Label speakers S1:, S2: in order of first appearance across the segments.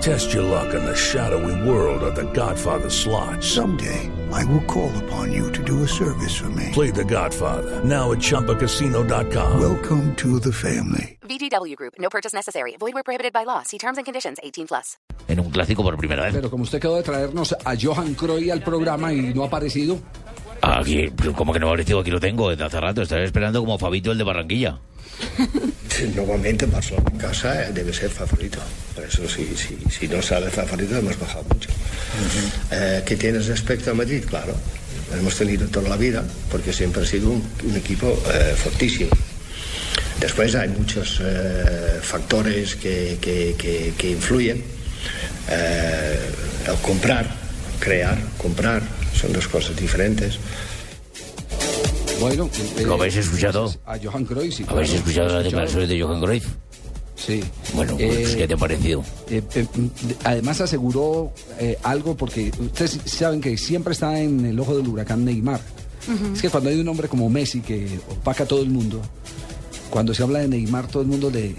S1: Test your luck in the shadowy world of The Godfather slot.
S2: Someday, I will call upon you to do a service for me.
S1: Play The Godfather now at ChumbaCasino.com.
S2: Welcome to the family.
S3: VGW Group. No purchase necessary. Void where prohibited by law. See terms and conditions. 18 plus.
S4: en un clásico por primera vez.
S5: Pero como usted quedó de traernos a Johan Croy al programa y no ha aparecido,
S4: Aquí, como que no me habré dicho? Aquí lo tengo desde hace rato. Estaré esperando como Fabito el de Barranquilla.
S6: Nuevamente Barcelona en casa eh, debe ser favorito. Por eso, si, si, si no sale favorito, hemos bajado mucho. Eh, ¿Qué tienes respecto a Madrid? Claro, hemos tenido toda la vida, porque siempre ha sido un, un equipo eh, fortísimo. Después hay muchos eh, factores que, que- que- que influyen. Eh, el comprar, crear, comprar, son dos cosas diferentes.
S5: bueno. eh,
S4: ¿Lo habéis escuchado?
S5: A Johan Croy, sí.
S4: ¿Habéis
S5: claro.
S4: escuchado las declaraciones de Johan Cruyff?
S5: Sí.
S4: Bueno, pues,
S5: Eh,
S4: ¿qué te ha parecido?
S5: eh, eh, además aseguró eh, algo porque ustedes saben que siempre está en el ojo del huracán Neymar. Es que cuando hay un hombre como Messi que opaca a todo el mundo, cuando se habla de Neymar todo el mundo le, le-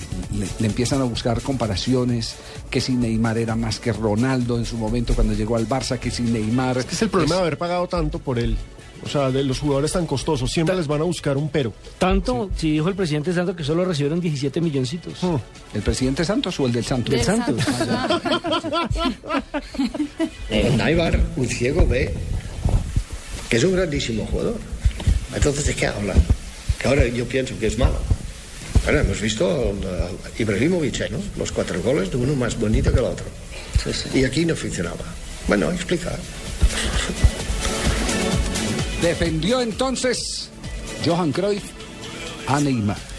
S5: le empiezan a buscar comparaciones, que si Neymar era más que Ronaldo en su momento cuando llegó al Barça, que si Neymar...
S7: Es que es el problema de haber pagado tanto por él. O sea, de los jugadores tan costosos, siempre les van a buscar un pero.
S8: Tanto, si dijo el presidente Santos que solo recibieron 17 milloncitos.
S5: ¿El presidente Santos o el del Santos?
S8: Del Santos.
S6: Con Eh, Naibar, un ciego ve que es un grandísimo jugador. Entonces, ¿de qué habla? Que ahora yo pienso que es malo. Ahora hemos visto a Ibrahimovic, ¿eh, ¿no? Los cuatro goles de uno más bonito que el otro. Y aquí no funcionaba. Bueno, explica.
S5: Defendió entonces Johan Cruyff a Neymar.